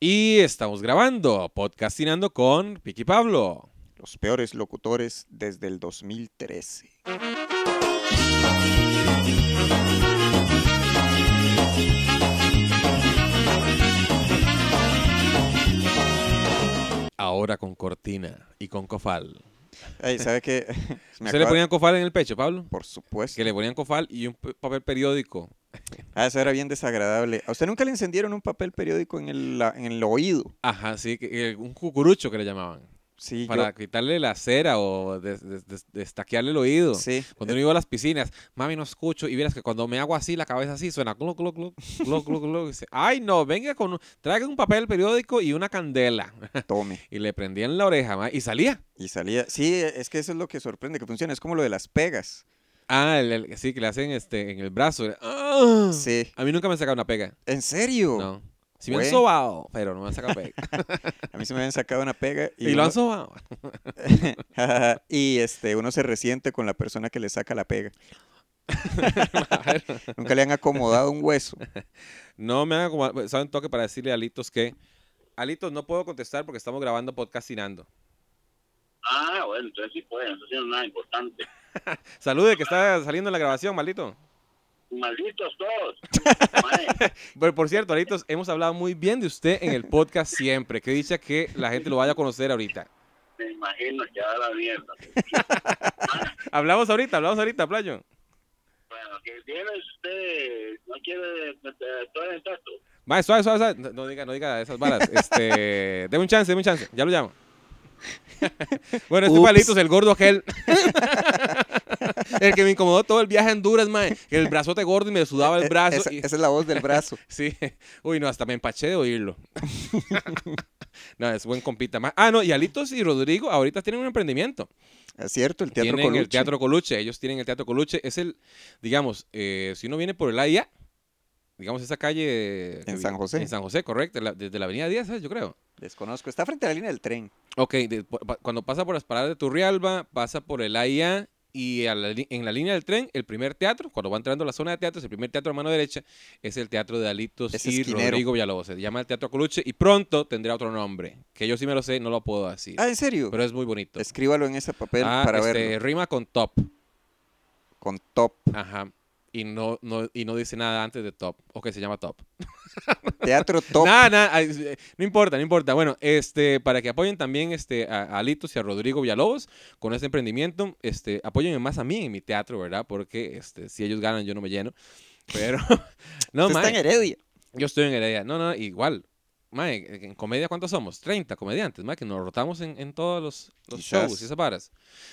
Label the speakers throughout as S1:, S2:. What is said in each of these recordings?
S1: Y estamos grabando, podcastinando con Piqui Pablo.
S2: Los peores locutores desde el 2013.
S1: Ahora con Cortina y con Cofal.
S2: Ey, ¿sabe qué? Me
S1: ¿Se le
S2: acaba-
S1: ponían Cofal en el pecho, Pablo?
S2: Por supuesto.
S1: Que le ponían Cofal y un p- papel periódico.
S2: Ah, eso era bien desagradable. ¿A usted nunca le encendieron un papel periódico en el, la- en el oído?
S1: Ajá, sí, que- que un cucurucho que le llamaban.
S2: Sí,
S1: para quitarle la cera o des- des- des- destaquearle el oído.
S2: yo... Sí.
S1: Cuando yo iba a las piscinas, mami, no escucho. Y vieras que cuando me hago así, la cabeza así, suena cloc, cloc, cloc, cloc, cloc, cloc. y dice, ay, no, venga con un... Traiga un papel periódico y una candela.
S2: Tome.
S1: Y le prendían la oreja, ma, y salía.
S2: Y salía. Sí, es que eso es lo que sorprende, que funciona. Es como lo de las pegas.
S1: Ah, el- el- sí, que le hacen este, en el brazo. ¡Ah!
S2: Sí. Uh.
S1: A mí nunca me han sacado una pega.
S2: ¿En serio?
S1: No. Si me han
S2: Güey.
S1: sobado, pero no me han sacado pega.
S2: A mí se me habían sacado una pega y,
S1: y lo
S2: uno-
S1: han sobado.
S2: y este, uno se resiente con la persona que le saca la pega.
S1: Claro.
S2: Nunca le han acomodado un hueso.
S1: No me hagan como. pues, ¿Saben toque para decirle a Alitos que. Alitos, no puedo contestar porque estamos grabando podcastinando.
S3: Ah, bueno, entonces sí pueden, eso sí no es nada importante.
S1: Salude, que está saliendo la grabación, maldito.
S3: Malditos todos. Mae,
S1: Pero por cierto, Alitos, hemos hablado muy bien de usted en el podcast siempre. Que dicha que la gente lo vaya a conocer ahorita.
S3: me imagino que ahora la mierda.
S1: Hablamos ahorita, hablamos ahorita, Playo.
S3: Bueno, que viene usted, no quiere estar en tanto.
S1: Mae, suave, suave, suave. No, no diga, no diga esas balas. Este, deme un chance, deme un chance. Ya lo llamo. Bueno, este
S2: Ups.
S1: fue Alitos, el gordo gel. el que me incomodó todo el viaje a Honduras, mae. El brazote gordo y me sudaba el
S2: Eh,
S1: brazo.
S2: Esa,
S1: y-
S2: esa es la voz del brazo.
S1: Sí. Uy, no, hasta me empaché de oírlo. no, es buen compita más. Ah, no, y Alitos y Rodrigo ahorita tienen un emprendimiento.
S2: Es cierto, el teatro
S1: tienen el
S2: Colucci.
S1: Teatro Coluche. Ellos tienen el Teatro Coluche. Es el, digamos, eh, si uno viene por el AIA, digamos esa calle... que
S2: En
S1: vi-
S2: San José.
S1: En San José, correcto. la- desde la avenida 10, ¿sabes? yo creo.
S2: Desconozco. Está frente a la línea del tren.
S1: Ok, de- pa- pa- cuando pasa por las paradas de Turrialba, pasa por el AIA y a la li- en la línea del tren, el primer teatro, cuando va entrando a la zona de teatros, el primer teatro a mano derecha es el Teatro de Alitos
S2: Es
S1: y
S2: esquinero.
S1: Rodrigo Villalobos. Se llama el Teatro Coluche y pronto tendrá otro nombre, que yo sí me lo sé, no lo puedo decir,
S2: Ah, ¿en serio?
S1: pero es muy bonito.
S2: Escríbalo en ese papel
S1: Ah,
S2: para
S1: este,
S2: verlo.
S1: Rima con top,
S2: Con top.
S1: ajá, y no, no, y no dice nada antes de top, o que se llama top.
S2: Teatro top.
S1: Nada, nada, ay, eh, no importa, no importa. Bueno, este, para que apoyen también este, a, a Alitos y a Rodrigo Villalobos con este emprendimiento, este, apóyenme más a mí en mi teatro, ¿verdad? Porque este, si ellos ganan, yo no me lleno. Pero, no,
S2: Usted está en
S1: mae,
S2: Heredia.
S1: yo estoy en Heredia. No, no, igual. Mae, en en comedia, ¿cuántos somos? 30 comediantes, mae, que nos rotamos en, en todos los, los
S2: Quizás.
S1: shows y esas varas.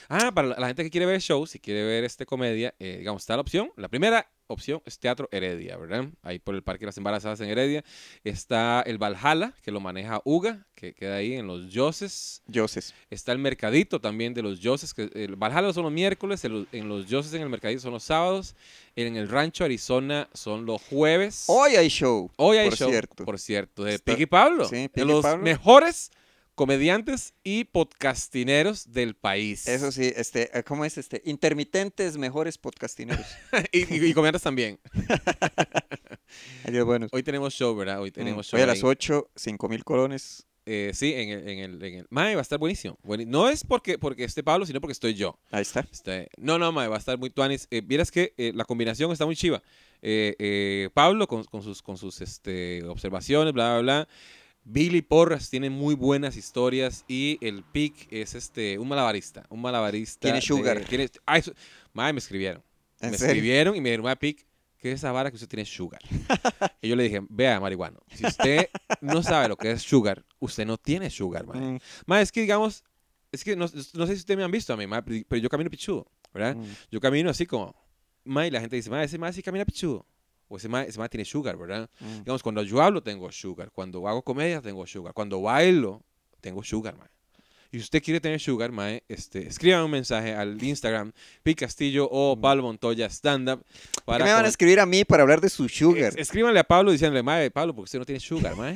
S1: Ah, para la, la gente que quiere ver shows, si quiere ver este comedia, eh, digamos, está la opción. La primera opción es Teatro Heredia, ¿verdad? Ahí por el Parque de las Embarazadas en Heredia. Está el Valhalla, que lo maneja Uga, que queda ahí en los Yoses.
S2: Yoses.
S1: Está el mercadito también de los dioses, que el Valhalla son los miércoles, el- en los dioses en el mercadito son los sábados, en el rancho Arizona son los jueves.
S2: Hoy hay show.
S1: Hoy hay
S2: por
S1: show,
S2: cierto.
S1: por cierto, de
S2: Está-
S1: Piggy Pablo,
S2: sí,
S1: de
S2: Piggy
S1: los
S2: Pablo.
S1: mejores comediantes y podcastineros del país.
S2: Eso sí, este, eh, ¿cómo es este? Intermitentes mejores podcastineros.
S1: y, y- y comediantes también.
S2: Adiós, buenos.
S1: Hoy tenemos show, ¿verdad? Hoy tenemos
S2: Mm,
S1: show.
S2: Hoy a las
S1: ahí.
S2: 8, 5 mil colones.
S1: Eh, sí, en el, en el, en el- Mae, va a estar buenísimo. Bueni- No es porque, porque esté Pablo, sino porque estoy yo.
S2: Ahí está.
S1: Este, no, no, mae, va a estar muy tuanis. Eh, vieras que eh, la combinación está muy chiva. Eh, eh, Pablo con, con sus, con sus este, observaciones, bla, bla, bla. Billy Porras tiene muy buenas historias y el Pic es este un malabarista, un malabarista.
S2: Tiene
S1: de-
S2: sugar.
S1: tiene, ah, eso- mae, me escribieron.
S2: En
S1: me
S2: serio.
S1: escribieron y me dijeron, "Mae, Pic, ¿qué es esa vara que usted tiene sugar? y yo le dije, vea, marihuano, si usted no sabe lo que es sugar, usted no tiene sugar, mae.
S2: Mm,
S1: Mae, es que digamos, es que no, no sé si ustedes me han visto a mí, mae, pero pero yo camino pichudo, ¿verdad?
S2: mm.
S1: Yo camino así como, mae, y la gente dice, mae, ese mae sí camina pichudo. O ese mae, ese mae tiene sugar, ¿verdad?
S2: Mm.
S1: Digamos, cuando yo hablo tengo sugar, cuando hago comedia tengo sugar, cuando bailo tengo sugar, mae. Y si usted quiere tener sugar, mae, este, escriba un mensaje al Instagram, Pi Castillo o Pablo Montoya Stand Up.
S2: ¿Por
S1: para
S2: qué me van a
S1: comen-
S2: escribir a mí para hablar de su sugar?
S1: Es- Escríbanle a Pablo diciéndole, mae, Pablo, porque usted no tiene sugar, mae.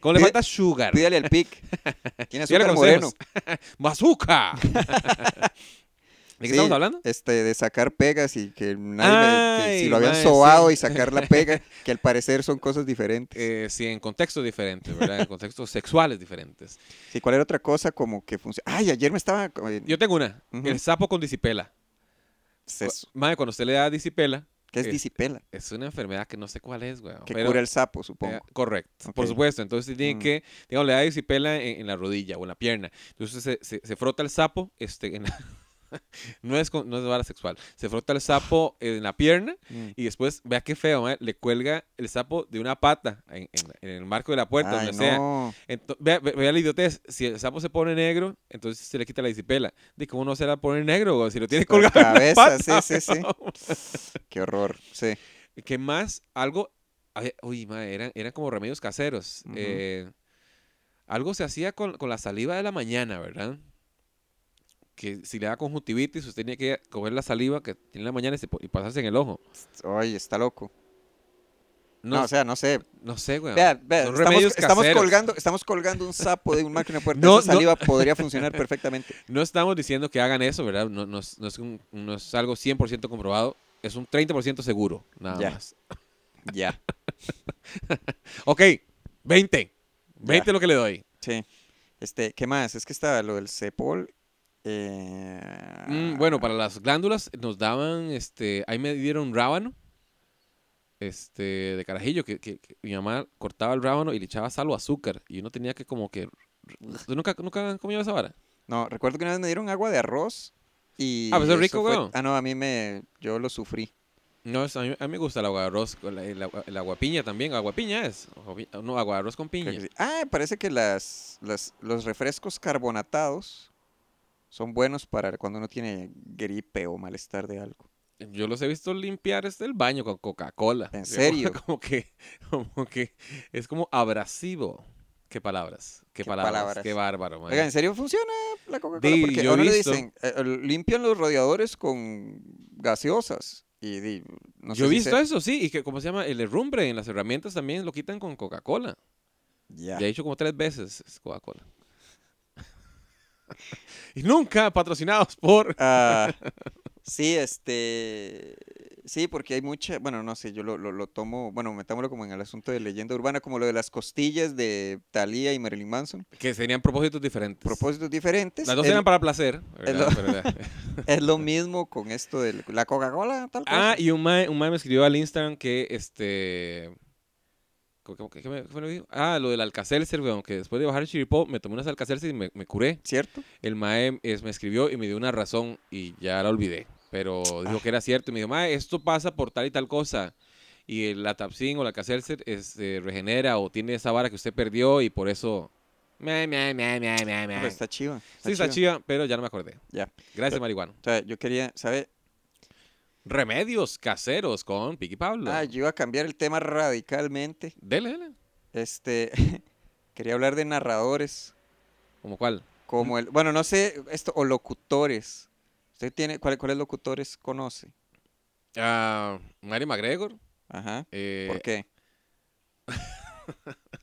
S1: Como le
S2: Pide-
S1: falta sugar.
S2: Pídale al pic. ¿Quién es
S1: Pídale
S2: azúcar moreno?
S1: consejos. ¡Mazuca! ¿De qué
S2: Sí,
S1: estamos hablando?
S2: Este, de sacar pegas y que, nadie, me- que
S1: Ay,
S2: si lo habían
S1: mae,
S2: sobado
S1: sí.
S2: y sacar la pega, que al parecer son cosas diferentes.
S1: Eh, sí, en contextos diferentes, ¿verdad? En contextos sexuales diferentes.
S2: Sí, ¿cuál era otra cosa como que funciona? Ay, ayer me estaba... co- eh,
S1: Yo tengo una.
S2: Ujú.
S1: El sapo con disipela.
S2: es eso,
S1: Madre, cuando usted le da disipela,
S2: que es
S1: eh,
S2: disipela,
S1: es una enfermedad que no sé cuál es, güey.
S2: que cura el sapo, supongo.
S1: correcto, por
S2: Ok.
S1: supuesto. Entonces usted tiene
S2: Mm.
S1: que, digamos, le da disipela en, en la rodilla o en la pierna. Entonces se, se- se frota el sapo, este, en la- no, es, con- no es vara sexual, se frota el sapo en la pierna
S2: Mm.
S1: y después, vea qué feo, mae, le cuelga el sapo de una pata en, en- en el marco de la puerta,
S2: Ay,
S1: donde sea.
S2: no.
S1: Ento- vea, ve- vea la idiotez. Si el sapo se pone negro, entonces se le quita la disipela. De cómo no se la pone negro, güey? si lo tiene
S2: Por
S1: colgado. en la
S2: cabeza, sí,
S1: pata,
S2: sí, sí.
S1: weón.
S2: Qué horror. Sí.
S1: ¿Qué más? Algo. a ver, Uy, madre, eran, eran como remedios caseros.
S2: Ujú.
S1: Eh, algo se hacía con, con la saliva de la mañana, ¿verdad? Que si le da conjuntivitis, usted tenía que coger la saliva que tiene en la mañana y, se po- y pasarse en el ojo.
S2: Ay, está loco. No,
S1: No,
S2: o sea, no sé.
S1: no sé, güey.
S2: Vea, vea,
S1: Son
S2: estamos,
S1: remedios
S2: estamos
S1: caseros.
S2: colgando, estamos colgando un sapo de una máquina de puerta.
S1: No,
S2: Esa
S1: no.
S2: saliva podría funcionar perfectamente.
S1: No estamos diciendo que hagan eso, ¿verdad? No, no es, no es un- no es algo 100% comprobado. Es un 30% seguro, nada
S2: Ya.
S1: más.
S2: Ya.
S1: Ok, 20. 20
S2: Ya.
S1: lo que le doy.
S2: Sí. Este, ¿qué más? Es que estaba lo del cepol. eh,
S1: Mm, bueno, para las glándulas nos daban, este, ahí me dieron rábano, este, de carajillo, que, que- que mi mamá cortaba el rábano y le echaba sal o azúcar. Y uno tenía que como que... ¿Tú nunca, nunca han comido esa vara?
S2: No, recuerdo que una vez me dieron agua de arroz y...
S1: Ah, pero eso es
S2: eso
S1: rico,
S2: fue-
S1: weón.
S2: Ah, no, a mí me... Yo lo sufrí.
S1: No, es- a, mí, a mí me gusta el agua de arroz, con la- el, agua- el agua piña también, agua piña es. Agua pi- No, agua de arroz con
S2: Creo
S1: piña.
S2: que sí. Ah, parece que las, las- los refrescos carbonatados son buenos para cuando uno tiene gripe o malestar de algo.
S1: Yo los he visto limpiar este el baño con Coca-Cola.
S2: ¿En
S1: Digamos,
S2: serio?
S1: Como que, como que es como abrasivo. Qué palabras, qué,
S2: Qué
S1: palabras,
S2: palabras.
S1: qué bárbaro, man.
S2: Oiga, ¿en serio funciona la Coca-Cola?
S1: Di, yo
S2: Porque a
S1: he
S2: uno le
S1: visto-
S2: dicen, eh, eh, limpian los radiadores con gaseosas. Y di, no
S1: Yo he
S2: sé si
S1: visto
S2: sea-
S1: eso, sí, y que, ¿cómo se llama? El herrumbre en las herramientas también lo quitan con Coca-Cola.
S2: Ya.
S1: Ya he hecho como tres veces es Coca-Cola. y nunca patrocinados por...
S2: Ah, sí, este. Sí, porque hay mucha. Bueno, no sé, yo lo, lo- lo tomo. Bueno, metámoslo como en el asunto de leyenda urbana, como lo de las costillas de Thalía y Marilyn Manson.
S1: Que serían propósitos diferentes.
S2: Propósitos diferentes.
S1: Las dos
S2: es,
S1: eran para placer. ¿verdad?
S2: lo-
S1: Pero era-
S2: es lo mismo con esto de la Coca-Cola, tal cosa.
S1: Ah, y un mae, un mae me escribió al Instagram que este. ¿cómo- cómo- ¿Qué, me- qué fue lo que dijo? Ah, lo del Alcacelser, weón, que después de bajar el chiripó me tomé unas Alcacelser y me, me curé.
S2: ¿Cierto?
S1: El mae es- me escribió y me dio una razón y ya la olvidé. Pero dijo que era cierto y me dijo, mae, esto pasa por tal y tal cosa. Y el Atapsin o el Alcacelser este, regenera o tiene esa vara que usted perdió y por eso. Meh, meh, meh, meh, meh,
S2: Ah,
S1: meh.
S2: pues está chiva.
S1: Sí, está chiva, pero ya no me acordé.
S2: Ya.
S1: Gracias,
S2: Pero-
S1: marihuano.
S2: O sea, yo quería, ¿sabe?
S1: Remedios caseros con Piqui Pablo.
S2: Ah, yo iba a cambiar el tema radicalmente.
S1: Dele, dele.
S2: Este. quería hablar de narradores.
S1: ¿Como cuál?
S2: Como el, bueno, no sé, esto, o locutores. ¿Usted tiene, cuál- cuáles locutores conoce?
S1: Ah, Mary McGregor.
S2: Ajá.
S1: eh,
S2: ¿Por qué?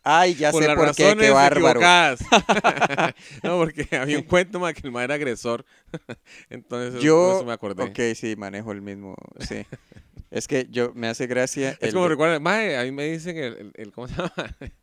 S2: Ay, ya
S1: por
S2: sé
S1: las
S2: por qué,
S1: razones
S2: qué bárbaro.
S1: equivocadas. no, porque había un cuento más que el madre era agresor. Entonces, por
S2: Yo-
S1: eso me acordé.
S2: Ok, sí, manejo el mismo, sí. Es que yo, me hace gracia
S1: Es
S2: el
S1: como
S2: de-
S1: recuerda, mae, a mí me dicen el, el- el- ¿cómo se llama?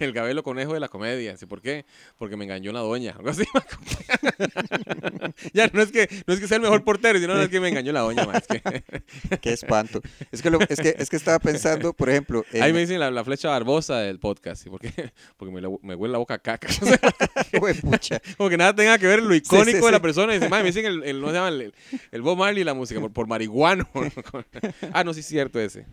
S1: El Gabelo Conejo de la comedia. ¿Sí, ¿Por qué? Porque me engañó una doña. Algo así. me acuerdo. ya, no es, que, no es que sea el mejor portero, sino no es que me engañó la doña. mae, es que-
S2: qué espanto. Es que, lo- es que, es que estaba pensando, por ejemplo, en,
S1: Ahí me dicen la, la flecha barbosa del podcast. ¿sí? ¿Por qué? Porque me, la- me huele la boca a caca.
S2: Juepucha.
S1: Como que nada tenga que ver lo icónico
S2: sí,
S1: de la
S2: sí.
S1: persona. Y dice, "Mae, me dicen el, el- ¿cómo se llama? El, el Bob Marley y la música, por, por marihuano. ah, no, sí es cierto ese.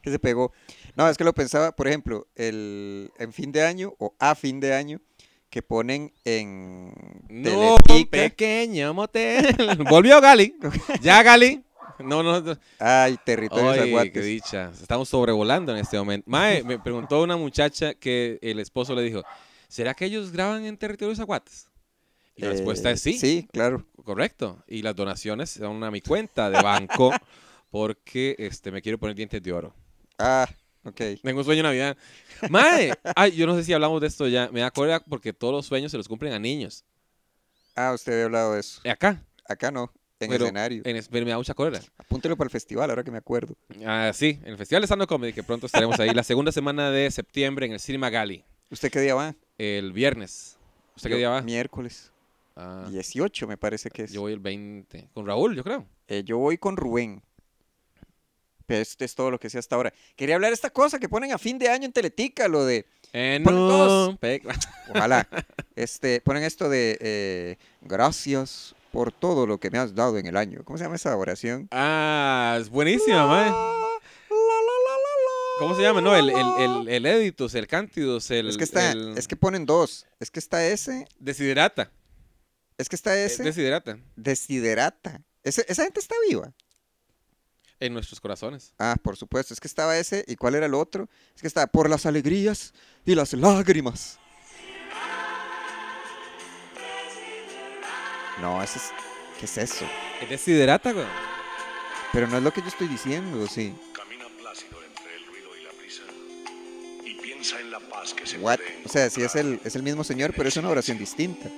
S2: que se pegó. No, es que lo pensaba, por ejemplo, el, en fin de año o a fin de año, que ponen en
S1: No,
S2: Teletica.
S1: pequeño motel. Volvió Gali. Ya, Gali. No, no, no.
S2: Ay, territorios
S1: Ay, qué
S2: aguates.
S1: dicha. Estamos sobrevolando en este momento. Mae, me preguntó una muchacha que el esposo le dijo, ¿será que ellos graban en territorios aguates? Y la
S2: Eh,
S1: respuesta es sí.
S2: Sí, claro.
S1: Correcto. Y las donaciones son a mi cuenta de banco porque este, me quiero poner dientes de oro.
S2: Ah, ok.
S1: Tengo un sueño de Navidad. Mae, ay, yo no sé si hablamos de esto ya. Me da cólera porque todos los sueños se los cumplen a niños. Eh,
S2: Ah, usted había hablado de eso.
S1: Acá.
S2: Acá no, en
S1: Pero
S2: escenario.
S1: en es- pero me da mucha cólera.
S2: Apúntelo para el festival, ahora que me acuerdo.
S1: Ah, sí, en el Festival de Stand Up Comedy, que pronto estaremos ahí. la segunda semana de septiembre en el Cinema Gali,
S2: ¿Usted qué día va?
S1: el viernes. ¿Usted qué
S2: Yo,
S1: día va?
S2: Miércoles.
S1: Ah,
S2: 18 me parece que es. Eh,
S1: yo
S2: Yo,
S1: voy el 20. Con Raúl, yo creo.
S2: voy con Rubén. Pero esto es todo lo que sé hasta ahora. Quería hablar de esta cosa que ponen a fin de año en Teletica, lo de
S1: En
S2: Por dos.
S1: un pe-
S2: Ojalá. Este, ponen esto de eh, gracias por todo lo que me has dado en el año. ¿Cómo se llama esa oración?
S1: Ah, es buenísima, mae. ¿Cómo se llama? No, el, el, el, el Editus, el Cántidos, el.
S2: es que está,
S1: el
S2: es que ponen dos. Es que está ese,
S1: Desiderata.
S2: es que está ese,
S1: Desiderata.
S2: desiderata. Ese- esa gente está viva.
S1: En nuestros corazones.
S2: Ah, por supuesto. Es que estaba ese. ¿Y cuál era el otro? Es que estaba por las alegrías y las lágrimas. No, ese es. ¿Qué es eso?
S1: Es Desiderata, güey.
S2: Pero no es lo que yo estoy diciendo, sí.
S4: Camina plácido entre el ruido y la prisa y piensa en la paz que se
S2: What?
S4: puede
S2: O sea, sí es el,
S4: encontrar.
S2: es el mismo señor, pero es una oración distinta.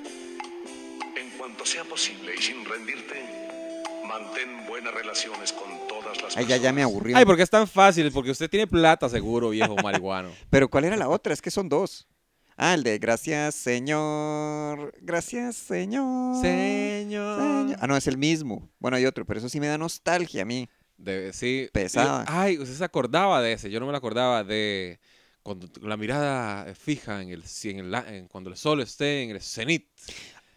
S4: En cuanto sea posible y sin rendirte, mantén buenas relaciones con todas las
S2: Ay, ya, ya me
S4: personas.
S2: aburrió.
S1: Ay, porque es tan fácil, porque usted tiene plata seguro, viejo marihuano.
S2: Pero ¿cuál era la otra? Es que son dos. Ah, el de gracias, señor. Gracias, señor. señor. Ah, no, es el mismo. Bueno, hay otro, pero eso sí me da nostalgia a mí.
S1: De- sí.
S2: Pesada.
S1: Yo- ay, usted se acordaba de ese. Yo no me lo acordaba de cuando t- la mirada eh, fija en el, ci- en el la- en cuando el sol esté en el cenit.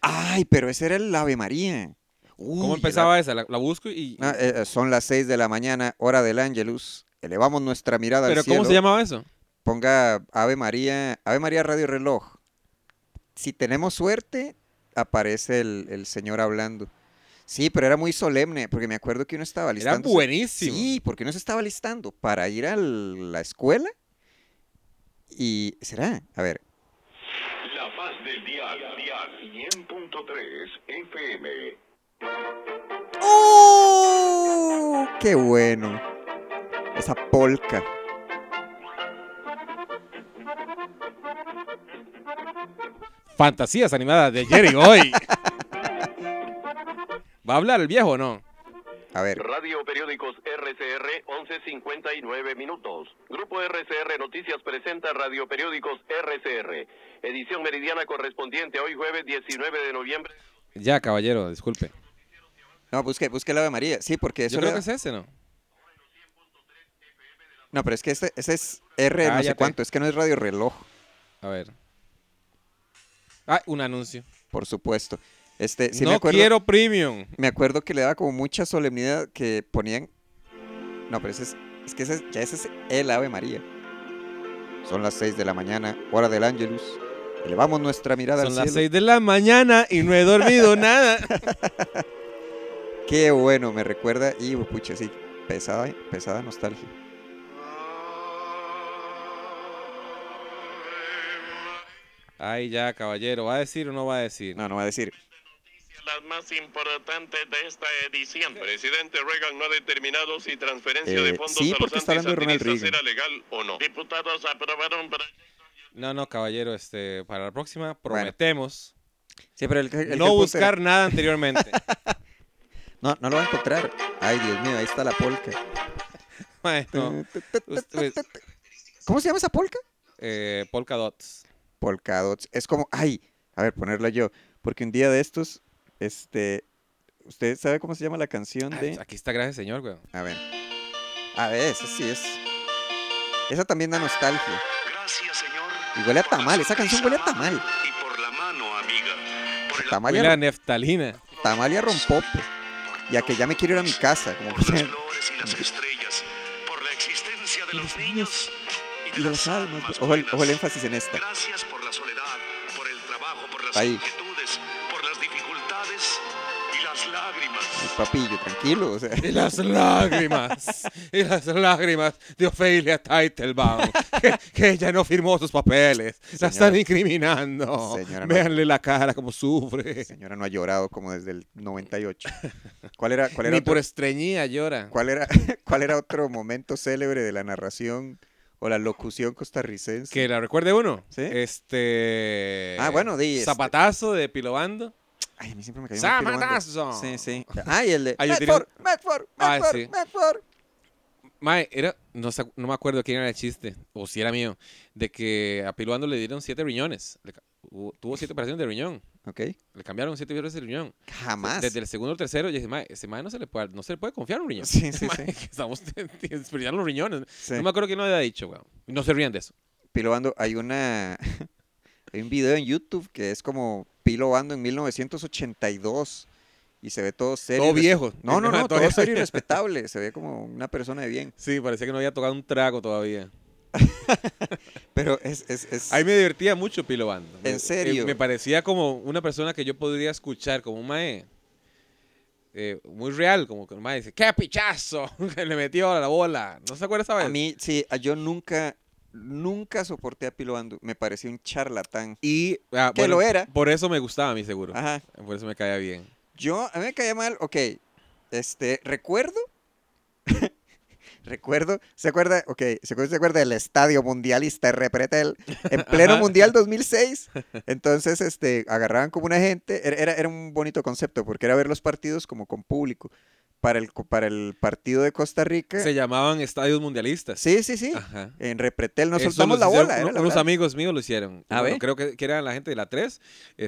S2: Ay, pero ese era el Ave María.
S1: ¿Cómo empezaba esa? La, la busco y.
S2: Ah, eh, son las 6 de la mañana, hora del Ángelus. Elevamos nuestra mirada
S1: pero
S2: al cielo.
S1: ¿cómo se llamaba eso?
S2: Ponga Ave María, Ave María Radio Reloj. Si tenemos suerte, aparece el, el señor hablando. Sí, pero era muy solemne, porque me acuerdo que uno estaba
S1: Era
S2: listando.
S1: buenísimo.
S2: Sí, porque uno se estaba listando para ir a la escuela. Y será, a ver,
S4: La paz del dial, dial 100.3 FM.
S2: ¡Oh! ¡Qué bueno! Esa polca.
S1: Fantasías animadas de Jerry hoy. ¿Va a hablar el viejo o no?
S2: A ver,
S4: Radio Periódicos RCR 1159 minutos. Grupo RCR Noticias presenta Radio Periódicos RCR, edición meridiana correspondiente a hoy jueves 19 de noviembre.
S1: Ya, caballero, disculpe.
S2: no, busque, busque el Ave María. Sí, porque eso
S1: Yo creo
S2: era-
S1: que es ese, ¿no?
S2: No, pero es que ese, ese es R no sé
S1: Cállate.
S2: cuánto, es que no es Radio Reloj,
S1: A ver. Ah, un anuncio.
S2: por supuesto. Este, sí
S1: no
S2: me acuerdo.
S1: quiero premium.
S2: Me acuerdo que le daba como mucha solemnidad que ponían. No, pero ese es. Es que ese, es- ya ese es el Ave María. Son las 6 de la mañana, hora del Ángelus. Elevamos nuestra mirada
S1: Son
S2: al
S1: las
S2: cielo.
S1: 6 de la mañana y no he dormido nada.
S2: Qué bueno, me recuerda. Y pucha, sí, pesada, pesada nostalgia.
S1: Ay, ya, caballero, ¿va a decir o no va a decir?
S2: No, no va a decir.
S4: Las más importantes de esta edición. Presidente Reagan no ha determinado si transferencia
S2: Eh,
S4: de fondos
S2: sí,
S4: a los
S2: porque está hablando de Ronald
S4: antisatiristas
S2: Reagan.
S4: era legal o no. Diputados aprobaron para
S1: No, no, caballero, este, para la próxima prometemos
S2: Sí, pero el, el- el
S1: no
S2: punto
S1: buscar
S2: era-
S1: nada anteriormente.
S2: No, no lo va a encontrar. Ay, Dios mío, ahí está la polca.
S1: Mae, no. Usted- pues,
S2: ¿Cómo se llama esa polca?
S1: eh, polka dots.
S2: polka dots. Es como, ay, a ver, ponerla yo. Porque un día de estos, este, ¿usted sabe cómo se llama la canción
S1: Ah,
S2: de?
S1: Aquí está, gracias, señor, güey.
S2: A ver. A ver, esa sí es. Esa también da nostalgia.
S4: Gracias, señor.
S2: Y huele a
S4: por la
S2: tamal, esa canción huele a
S4: sonrisa
S2: tamal.
S4: amable Y por la mano, amiga. Por el
S1: Huele a
S2: Tamalia,
S1: neftalina.
S2: tamalia rompope. Y a que ya me quiero ir a mi casa. Como
S4: por las
S2: que-
S4: flores y las estrellas, por la existencia de los niños y de
S2: y
S4: las almas.
S2: Ojo el,
S4: buenas.
S2: ojo el énfasis en esta.
S4: Gracias por la soledad, por el trabajo, por las
S2: Ahí.
S4: inquietudes, por las dificultades y las lágrimas.
S2: El papillo, tranquilo. O sea,
S1: Y las lágrimas, y las lágrimas de Ofelia Teitelbaum, que, que ella no firmó sus papeles. La
S2: Señora-
S1: están incriminando.
S2: Señora, no.
S1: Véanle la cara como sufre.
S2: señora no ha llorado como desde el 98. ¿Cuál era? ¿Cuál era?
S1: Ni
S2: otro?
S1: por estreñida llora.
S2: ¿Cuál era, ¿Cuál era otro momento célebre de la narración o la locución costarricense?
S1: Que la recuerde uno.
S2: Sí.
S1: Este.
S2: Ah, bueno, di, este-
S1: Zapatazo de Pilobando.
S2: Ay, a mí siempre me cayó
S1: Sam
S2: mal Peter Wander.
S1: Anderson.
S2: Sí, sí. Ah, y el de
S1: Ay, yo tenía un-
S2: Medford, Medford,
S1: Ah,
S2: Medford,
S1: sí.
S2: Medford.
S1: Mae, era, no, sé- no me acuerdo quién era el chiste, o si era mío, de que a Piluando le dieron siete riñones. Le ca- hubo- tuvo siete operaciones de riñón.
S2: Ok.
S1: Le cambiaron siete veces el riñón.
S2: Jamás.
S1: Desde el segundo o tercero, yo dije, mae, ese mae no se le puede, no se le puede confiar un riñón.
S2: Sí, sí,
S1: Mae,
S2: sí.
S1: que estamos desperdiciando los riñones.
S2: sí.
S1: No me acuerdo quién lo había dicho, weón. No se rían de eso.
S2: Pilobando, hay una hay un video en YouTube que es como Pilobando en 1982 y se ve todo serio.
S1: Todo
S2: y re-
S1: viejo.
S2: No, no, no,
S1: Todavía-
S2: todo serio y respetable, se ve como una persona de bien,
S1: Sí, parecía que no había tocado un trago todavía.
S2: pero es es, es-
S1: Ahí me divertía mucho Pilo Bando. Me-
S2: ¿En
S1: eh,
S2: serio?
S1: Me parecía como una persona que yo podría escuchar, como un mae. eh, muy real, como que un mae dice, ¡qué pichazo! que le metió a la bola. ¿No se acuerda esa vez?
S2: a mí sí, a- yo nunca nunca soporté a Pilobando, me pareció un charlatán.
S1: Y, ah,
S2: Que lo era.
S1: Por eso me gustaba a mí, seguro.
S2: Ajá.
S1: Por eso me caía bien.
S2: Yo a mí me caía mal, ok. Este, recuerdo Recuerdo, ¿se acuerda? Ok, ¿se acuerda, ¿se acuerda del Estadio Mundialista Repretel? En pleno
S1: Ajá.
S2: Mundial 2006. Entonces, este, agarraban como una gente. Era, era, era un bonito concepto, porque era ver los partidos como con público. Para el, co- para el partido de Costa Rica.
S1: Se llamaban estadios mundialistas.
S2: Sí, sí, sí.
S1: Ajá.
S2: En Repretel nos
S1: Eso
S2: soltamos
S1: los
S2: la
S1: hicieron-
S2: bola.
S1: uno-
S2: era la
S1: unos
S2: verdad.
S1: amigos míos lo hicieron.
S2: A
S1: Bueno,
S2: ver.
S1: creo que, que eran la gente de la 3.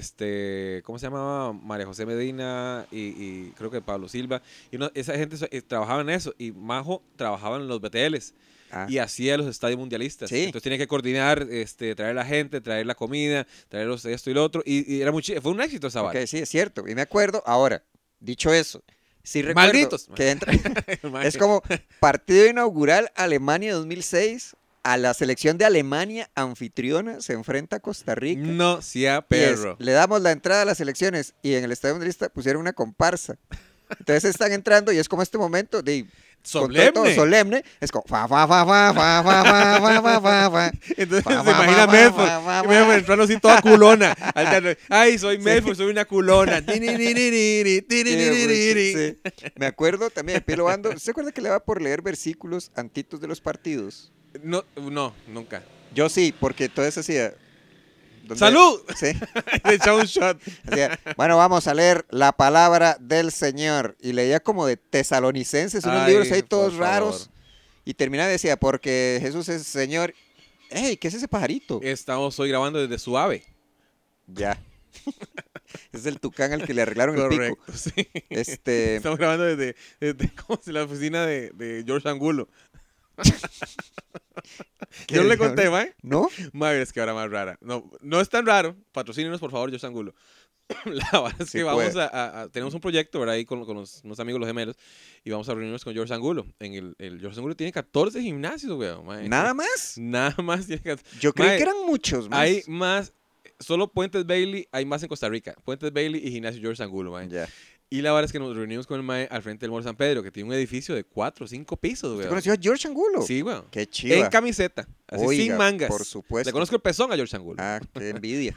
S1: Este, ¿Cómo se llamaba? María José Medina y, y creo que Pablo Silva. Y uno- esa gente so- eh, trabajaba en eso. Y Majo trabajaba en los BTLs
S2: Ah,
S1: y hacía los estadios mundialistas.
S2: Sí.
S1: Entonces tenía que coordinar, este, traer la gente, traer la comida, traer los- esto y lo otro. Y, y era muy chi- Fue un éxito esa
S2: ok,
S1: vara.
S2: sí, es cierto. Y me acuerdo, ahora, dicho eso, sí recuerdo
S1: Malditos. pues.
S2: que entra,
S1: Mae.
S2: Es como partido inaugural Alemania 2006. A la selección de Alemania anfitriona se enfrenta a Costa Rica.
S1: No sea
S2: Y
S1: Mm,
S2: es,
S1: perro.
S2: le damos la entrada a las elecciones y en el estadio mundialista pusieron una comparsa. Entonces están entrando y es como este momento de con todo-
S1: Solemne.
S2: todo solemne. Es como fa fa fa fa fa fa fa fa fa fa fa.
S1: Entonces
S2: Guau,
S1: se
S2: guau,
S1: imagina a
S2: guau,
S1: Medford.
S2: guau, guau,
S1: y
S2: guau.
S1: Medford entrando así toda culona. al teatro. Ay, soy Medford, soy una culona. Ti, ni, ni, ni, ni, ni, ti, ni, ni, ni, ni, ni.
S2: pues, Sí. Me acuerdo también de Pilo Bando. ¿Se acuerda que le daba por leer versículos antitos de los partidos?
S1: No, no, nunca.
S2: Yo sí, porque entonces hacía. ¿dónde-
S1: ¡Salud!
S2: Sí.
S1: Le echaba un shot.
S2: Así es. bueno, vamos a leer la palabra del Señor. Y leía como de tesalonicenses, unos
S1: Ay,
S2: libros ahí todos
S1: por favor.
S2: raros. Y terminaba y decía, porque Jesús es Señor. ¡Ey, qué es ese pajarito!
S1: Estamos hoy grabando desde Suave.
S2: Ya. es el tucán al que le arreglaron el pico.
S1: Correcto, sí.
S2: Este,
S1: Estamos grabando desde, desde como si la oficina de, de George Angulo.
S2: ¿Qué
S1: Yo no le
S2: diablo?
S1: conté, mae.
S2: ¿No?
S1: Madre, es que ahora más rara. No, no es tan raro. Patrocínenos, por favor, George Angulo. La verdad es
S2: Sí
S1: que vamos
S2: puede.
S1: a, a- a- Tenemos un proyecto, ¿verdad? Ahí con, con los, unos amigos, los gemelos. Y vamos a reunirnos con George Angulo. En el, el George Angulo tiene 14 gimnasios, weón. mae.
S2: ¿Nada más?
S1: Nada más tiene 14.
S2: Yo creí
S1: Mae,
S2: que eran muchos más.
S1: Hay más. Solo Puentes Bailey, hay más en Costa Rica. Puentes Bailey y Gimnasio George Angulo, mae.
S2: Ya.
S1: Y la verdad es que nos reunimos con el mae al frente del Mall San Pedro, que tiene un edificio de 4 o 5 pisos,
S2: ¿Usted
S1: weón.
S2: conoció a George Angulo?
S1: Sí, weón.
S2: Qué chido.
S1: En camiseta, así sin mangas.
S2: Por supuesto.
S1: Le conozco el pezón a George Angulo.
S2: Ah, qué envidia.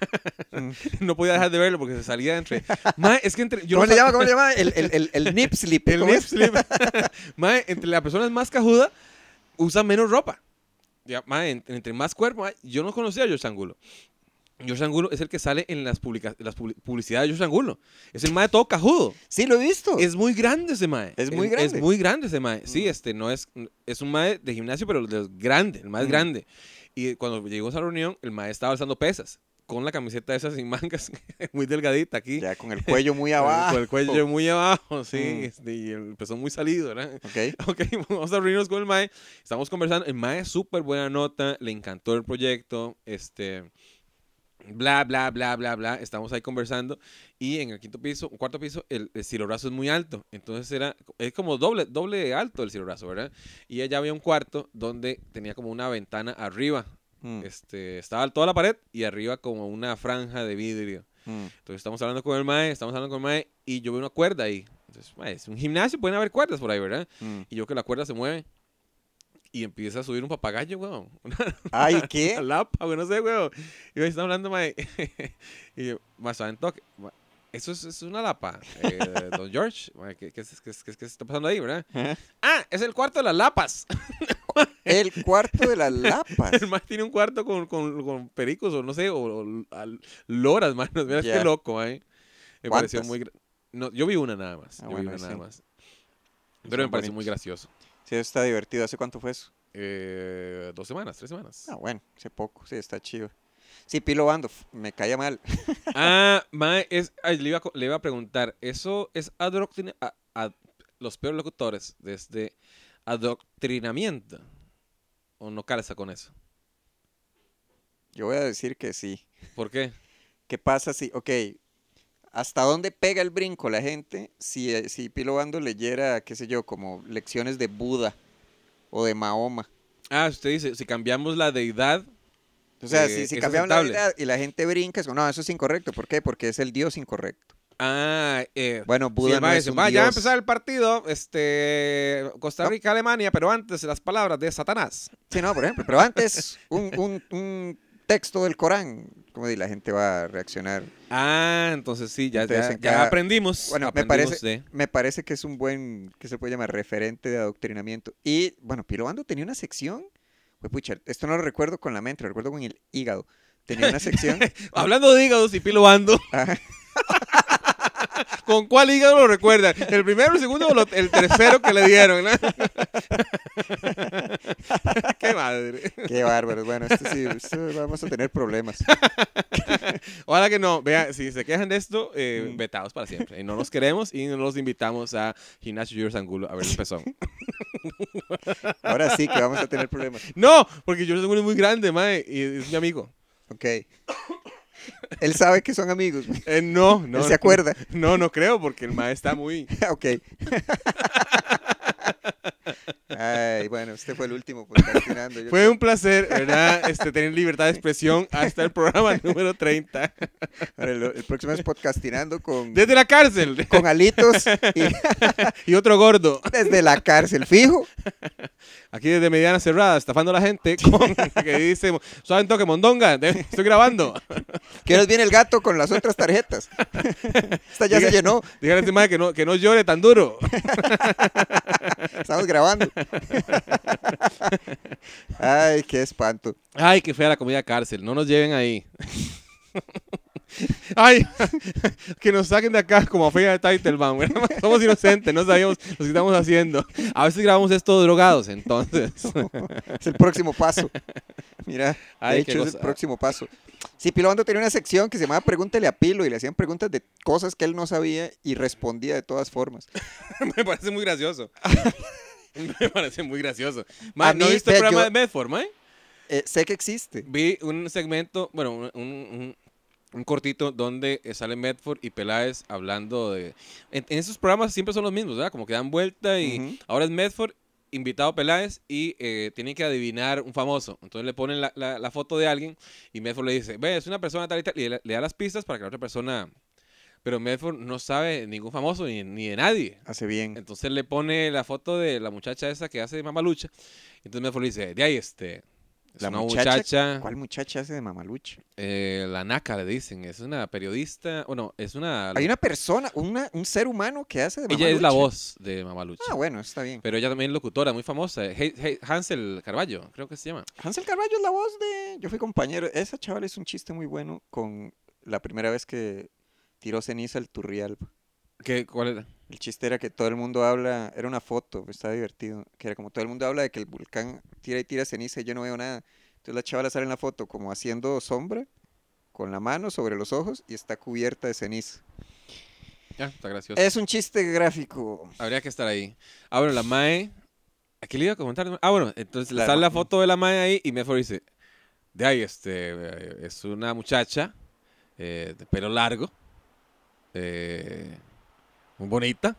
S2: Mm.
S1: no podía dejar de verlo porque se salía de entre. Mae, es que entre. Yo
S2: ¿Cómo
S1: no
S2: le
S1: sab-
S2: llama? ¿Cómo le llama? El, el, el, el nip slip.
S1: El
S2: ¿cómo
S1: lip
S2: es?
S1: slip. Mae, entre las personas más cajudas usan menos ropa. Ya, mae, en- entre más cuerpo. mae, yo no conocía a George Angulo. George Angulo es el que sale en las, publica- las publi- publicidades de George Angulo. Es el mae todo cajudo.
S2: Sí, lo he visto.
S1: Es muy grande ese mae.
S2: Oh. Es muy grande. Mm.
S1: Es muy grande ese mae. Sí, este no es es un mae de gimnasio, pero de los grande, el más
S2: Mm.
S1: grande. Y cuando llegamos a la reunión, el mae estaba alzando pesas con la camiseta esa sin mangas, muy delgadita aquí.
S2: Ya con el cuello muy
S1: con el-
S2: abajo.
S1: Con el cuello muy abajo, sí,
S2: Mm.
S1: este, y el pezón muy salido, ¿verdad?
S2: Ok.
S1: Ok, vamos a reunirnos con el Mae. Estamos conversando. El Mae es súper buena nota. Le encantó el proyecto. Este. Bla, bla, bla, bla, bla. Estamos ahí conversando. Y en el quinto piso, o cuarto piso, el, el cirobrazo es muy alto. Entonces era. Es como doble, doble alto el cirobrazo, ¿verdad? Y allá había un cuarto donde tenía como una ventana arriba.
S2: Mm,
S1: Este, estaba toda la pared y arriba como una franja de vidrio.
S2: mm.
S1: Entonces estamos hablando con el Mae, estamos hablando con el Mae y yo veo una cuerda ahí. Entonces, mae, es un gimnasio, pueden haber cuerdas por ahí, ¿verdad?
S2: Mm.
S1: Y yo que la cuerda se mueve. Y empieza a subir un papagayo, weón. Una
S2: Ay, ¿qué?
S1: lapa, weón, no sé, weón. Y me está hablando, mae. y yo, más saben toque. ma, Eso es, es una lapa, eh, don George. mae, ¿qué, qué, es- qué, es- qué es- qué está pasando ahí, verdad?
S2: Ajá.
S1: ah, es el cuarto de las lapas.
S2: El cuarto de las lapas.
S1: el mae tiene un cuarto con, con, con pericos o no sé, o, o l- al- loras, man. Mira, qué
S2: Ya.
S1: loco, mae. me pareció
S2: ¿Cuántas?
S1: muy... gra- No, yo vi una nada más.
S2: Ah,
S1: yo vi
S2: bueno,
S1: una
S2: sí.
S1: nada más.
S2: Son
S1: Pero me pareció muy
S2: bonitos.
S1: gracioso.
S2: Sí, está divertido. ¿Hace cuánto fue eso?
S1: Eh, dos semanas, tres semanas.
S2: Ah, bueno, hace poco. Sí, está chido. Sí, Pilo Bandoff, me caía mal.
S1: Ah, mae, es, ay, le, iba a, co- le iba a preguntar, ¿eso es adoctrina, a- a- los peores locutores desde adoctrinamiento? ¿O no calza con eso?
S2: Yo voy a decir que sí.
S1: ¿Por qué?
S2: ¿Qué pasa si, ok, hasta dónde pega el brinco la gente si, eh, si Pilo Bando leyera, qué sé yo, como lecciones de Buda o de Mahoma?
S1: Ah, usted dice, si cambiamos la deidad,
S2: O sea,
S1: Eh,
S2: si, si
S1: es
S2: cambiamos la
S1: aceptable.
S2: vida y la gente brinca, es como, no, eso es incorrecto. ¿Por qué? Porque es el Dios incorrecto.
S1: ah, eh,
S2: Bueno,
S1: si
S2: Buda
S1: el
S2: no
S1: mae
S2: es
S1: dice,
S2: un
S1: "Va, ya va a
S2: Dios".
S1: empezar el partido, este, Costa
S2: No.
S1: Rica, Alemania, pero antes las palabras de Satanás.
S2: Sí, no, por ejemplo, pero antes un, un- un texto del Corán, como di, la gente va a reaccionar.
S1: Ah, entonces sí, ya,
S2: Entonces,
S1: ya-
S2: en
S1: ya
S2: cada-
S1: aprendimos.
S2: Bueno, me
S1: aprendimos
S2: parece,
S1: de-
S2: me parece que es un buen, que se puede llamar? Referente de adoctrinamiento. Y bueno, Pilo Bando tenía una sección, pues pucha, esto no lo recuerdo con la mente, lo recuerdo con el hígado. Tenía una sección,
S1: Hablando de hígados y piloando.
S2: Ajá.
S1: ¿Con cuál hígado lo recuerdan? ¿El primero, el segundo o lo- el tercero que le dieron? ¿no? ¡Qué madre!
S2: qué bárbaro, bueno, esto sí, esto vamos a tener problemas.
S1: Ojalá que no. Vean, si se quejan de esto, eh,
S2: Mm.
S1: vetados para siempre. Y no los queremos y no los invitamos a Gimnasio George Angulo a ver el pezón.
S2: Ahora sí que vamos a tener problemas.
S1: ¡No! Porque George Angulo es muy grande, mae, y es mi amigo.
S2: Ok. Él sabe que son amigos. güey.
S1: Eh, no, no.
S2: Él se acuerda.
S1: No, no creo, porque el mae está muy...
S2: ok. Ay, bueno, este fue el último podcast tirando. yo
S1: Fue
S2: creo.
S1: un placer, ¿verdad? Este, tener libertad de expresión hasta el programa número 30.
S2: Ahora el, el próximo es podcast tirando con,
S1: Desde la cárcel.
S2: con alitos y
S1: Y otro gordo.
S2: desde la cárcel fijo.
S1: Aquí desde Mediana Cerrada, estafando a la gente. Con, que dice, ¿saben toque, mondonga? De- Estoy grabando.
S2: Que nos viene el gato con las otras tarjetas. Esta ya se
S1: Diga-
S2: llenó.
S1: Dígale a este mae que no, que no llore tan duro.
S2: Estamos grabando. Ay, qué espanto.
S1: Ay, qué fea la comida cárcel. No nos lleven ahí. Ay, que nos saquen de acá como a fea de Titleman. ¿verdad? Somos inocentes, no sabíamos lo que estamos haciendo. A veces grabamos esto drogados, entonces.
S2: Es el próximo paso. Mira, de
S1: Ay, qué
S2: hecho es el
S1: cosa.
S2: próximo paso. Sí, Pilo Bando tenía una sección que se llamaba Pregúntale a Pilo y le hacían preguntas de cosas que él no sabía y respondía de todas formas.
S1: Me parece muy gracioso. Me parece muy gracioso. Ma,
S2: A
S1: ¿No
S2: mí,
S1: viste el
S2: vea,
S1: programa
S2: yo-
S1: de Medford, mae?
S2: Eh, sé que existe.
S1: Vi un segmento, bueno, un, un- un- un cortito donde eh, sale Medford y Peláez hablando de... En, en esos programas siempre son los mismos, ¿verdad? Como que dan vuelta y
S2: Ujú.
S1: ahora es Medford, invitado Peláez y eh, tienen que adivinar un famoso. Entonces le ponen la, la- la foto de alguien y Medford le dice, ve, es una persona tal y tal, y le, le da las pistas para que la otra persona... Pero Medford no sabe ningún famoso ni, ni de nadie.
S2: Hace bien.
S1: Entonces le pone la foto de la muchacha esa que hace mamalucha. Entonces Medford le dice, de ahí este... Es
S2: La
S1: una
S2: muchacha-
S1: muchacha
S2: ¿Cuál muchacha hace de mamalucha?
S1: eh, la naca le dicen, es una periodista, bueno, es una...
S2: Hay una persona, una- un ser humano que hace de
S1: ella
S2: mamalucha.
S1: es la voz de Mamalucha.
S2: Ah, bueno, está bien.
S1: Pero ella también es locutora, muy famosa. He- He- Hansel Carballo, creo que se llama.
S2: Hansel Carballo es la voz de... Yo fui compañero. Esa chaval es un chiste muy bueno con la primera vez que tiró ceniza el Turrialba.
S1: ¿Qué, ¿Cuál era?
S2: El chiste era que todo el mundo habla, era una foto, pues, estaba divertido, que era como todo el mundo habla de que el volcán tira y tira ceniza y yo no veo nada. Entonces la chavala sale en la foto como haciendo sombra, con la mano sobre los ojos y está cubierta de ceniza.
S1: Ya, está gracioso.
S2: Es un chiste gráfico.
S1: Habría que estar ahí. Ah, bueno, la Mae... ¿A qué le iba a comentar? Ah, bueno, entonces le
S2: La
S1: sale la
S2: ma-
S1: foto de la Mae ahí y Medford dice, de ahí, este, eh, es una muchacha eh, de pelo largo, eh, muy bonita.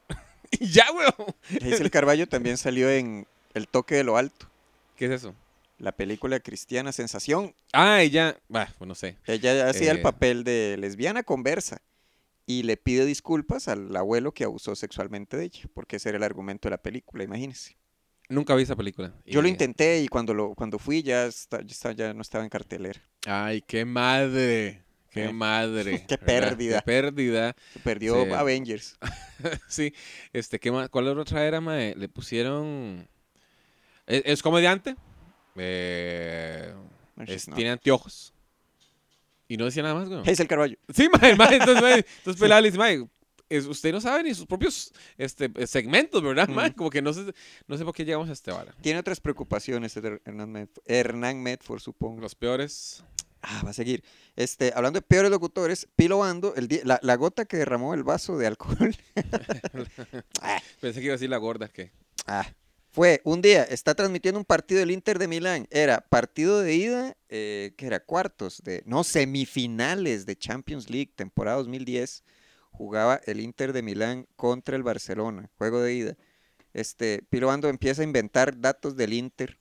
S1: y ya, weón.
S2: Hazel Carballo también salió en El toque de lo alto,
S1: ¿Qué es eso?
S2: la película cristiana Sensación.
S1: Ah, ella, bah, pues no sé.
S2: Ella hacía el
S1: Eh.
S2: papel de lesbiana conversa y le pide disculpas al abuelo que abusó sexualmente de ella, porque ese era el argumento de la película, imagínense.
S1: Nunca vi esa película.
S2: Yo lo
S1: Y-
S2: intenté y cuando lo cuando fui ya, esta- ya, estaba- ya no estaba en cartelera.
S1: Ay, qué madre. Qué
S2: Eh.
S1: madre.
S2: Qué
S1: ¿verdad?
S2: pérdida.
S1: Qué pérdida.
S2: Se perdió
S1: Sí.
S2: Avengers.
S1: sí. Este, ¿qué ma- ¿Cuál era otra era, mae? Le pusieron. ¿Es, es comediante? Eh, es-
S2: No, Ah, she's not.
S1: Tiene anteojos. Y no decía nada más, güey.
S2: Hazel Carballo.
S1: Sí, mae, mae, entonces, mae, entonces Pelada le dice, mae, es- usted no sabe ni sus propios este, segmentos, ¿verdad,
S2: Mm.
S1: mae? Como que no sé, no sé por qué llegamos a este vara.
S2: Tiene otras preocupaciones este Hernán Medford, Hernán Medford, supongo.
S1: Los peores.
S2: Ah, va a seguir. Este, hablando de peores locutores, Pilo Bando, el di- la, la gota que derramó el vaso de alcohol.
S1: Pensé que iba a decir la gorda que.
S2: Ah, fue un día, está transmitiendo un partido del Inter de Milán. Era partido de ida, eh, que era cuartos de, no, semifinales de Champions League, temporada 2010. Jugaba el Inter de Milán contra el Barcelona, juego de ida. Este, Pilo Bando empieza a inventar datos del Inter.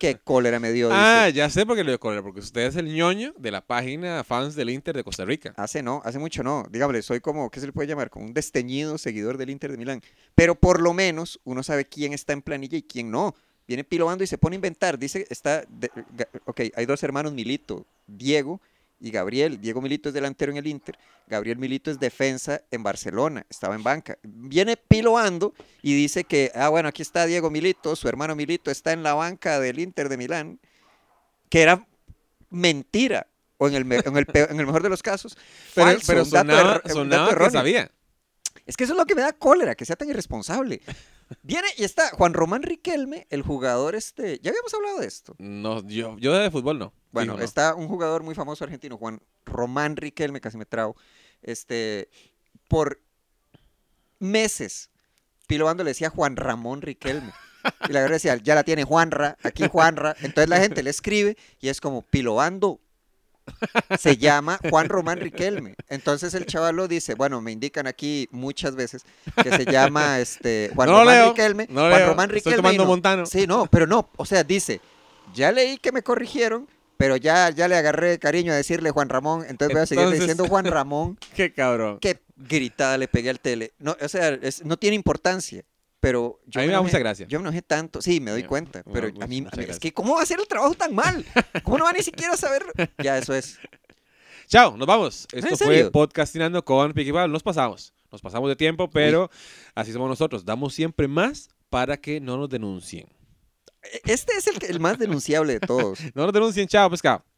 S2: Qué cólera me dio. dice.
S1: Ah, ya sé por qué le dio cólera, porque usted es el ñoño de la página fans del Inter de Costa Rica.
S2: Hace no, hace mucho no. Dígame, soy como, ¿qué se le puede llamar? Como un desteñido seguidor del Inter de Milán. Pero por lo menos uno sabe quién está en planilla y quién no. Viene pilobando y se pone a inventar. Dice, está, de- Ga- ok, hay dos hermanos Milito, Diego y Gabriel. Diego Milito es delantero en el Inter. Gabriel Milito es defensa en Barcelona, estaba en banca. Viene piloando y dice que, ah, bueno, aquí está Diego Milito, su hermano Milito está en la banca del Inter de Milán, que era mentira, o en el, me- en el, pe- en el mejor de los casos.
S1: Pero,
S2: falso,
S1: pero
S2: un dato
S1: sonaba,
S2: erro- un
S1: sonaba
S2: dato
S1: que
S2: erróneo.
S1: sabía.
S2: Es que eso es lo que me da cólera, que sea tan irresponsable. Viene y está Juan Román Riquelme, el jugador este, ya habíamos hablado de esto.
S1: No, yo, yo de fútbol no.
S2: Bueno,
S1: Fijo, no.
S2: está un jugador muy famoso argentino, Juan Román Riquelme, casi me trago. Este, por meses, Pilobando le decía Juan Ramón Riquelme. Y la verdad decía, ya la tiene Juanra, aquí Juanra. Entonces la gente le escribe y es como Pilobando. Se llama Juan Román Riquelme. Entonces el chaval lo dice, bueno, me indican aquí muchas veces que se llama este Juan
S1: No
S2: Román
S1: leo,
S2: Riquelme.
S1: no
S2: Juan
S1: leo,
S2: Román
S1: estoy
S2: Riquelme. y
S1: tomando
S2: no.
S1: Montano.
S2: Sí, no, pero no, o sea, dice, ya leí que me corrigieron, pero ya, ya le agarré cariño a decirle Juan Ramón, entonces voy a seguir
S1: Entonces-
S2: diciendo Juan Ramón.
S1: Qué cabrón.
S2: Qué gritada le pegué al tele. No, o sea, es- no tiene importancia, pero yo
S1: A mí me da mucha gracia.
S2: Yo me enojé tanto, sí, me doy
S1: Sí,
S2: cuenta,
S1: me da
S2: pero
S1: mucha-
S2: a mí,
S1: mucha
S2: a mí- es
S1: gracia.
S2: que ¿cómo va a hacer el trabajo tan mal? ¿Cómo no va ni siquiera a saber? Ya, eso es.
S1: Chao, nos vamos. Esto fue
S2: serio?
S1: Podcastinando con Piqui Pablo. Nos pasamos. Nos pasamos de tiempo, pero así somos nosotros. Damos siempre más para que no nos denuncien.
S2: Este es E, el, que- el más denunciable de todos.
S1: No nos denuncien. Chao, pescado.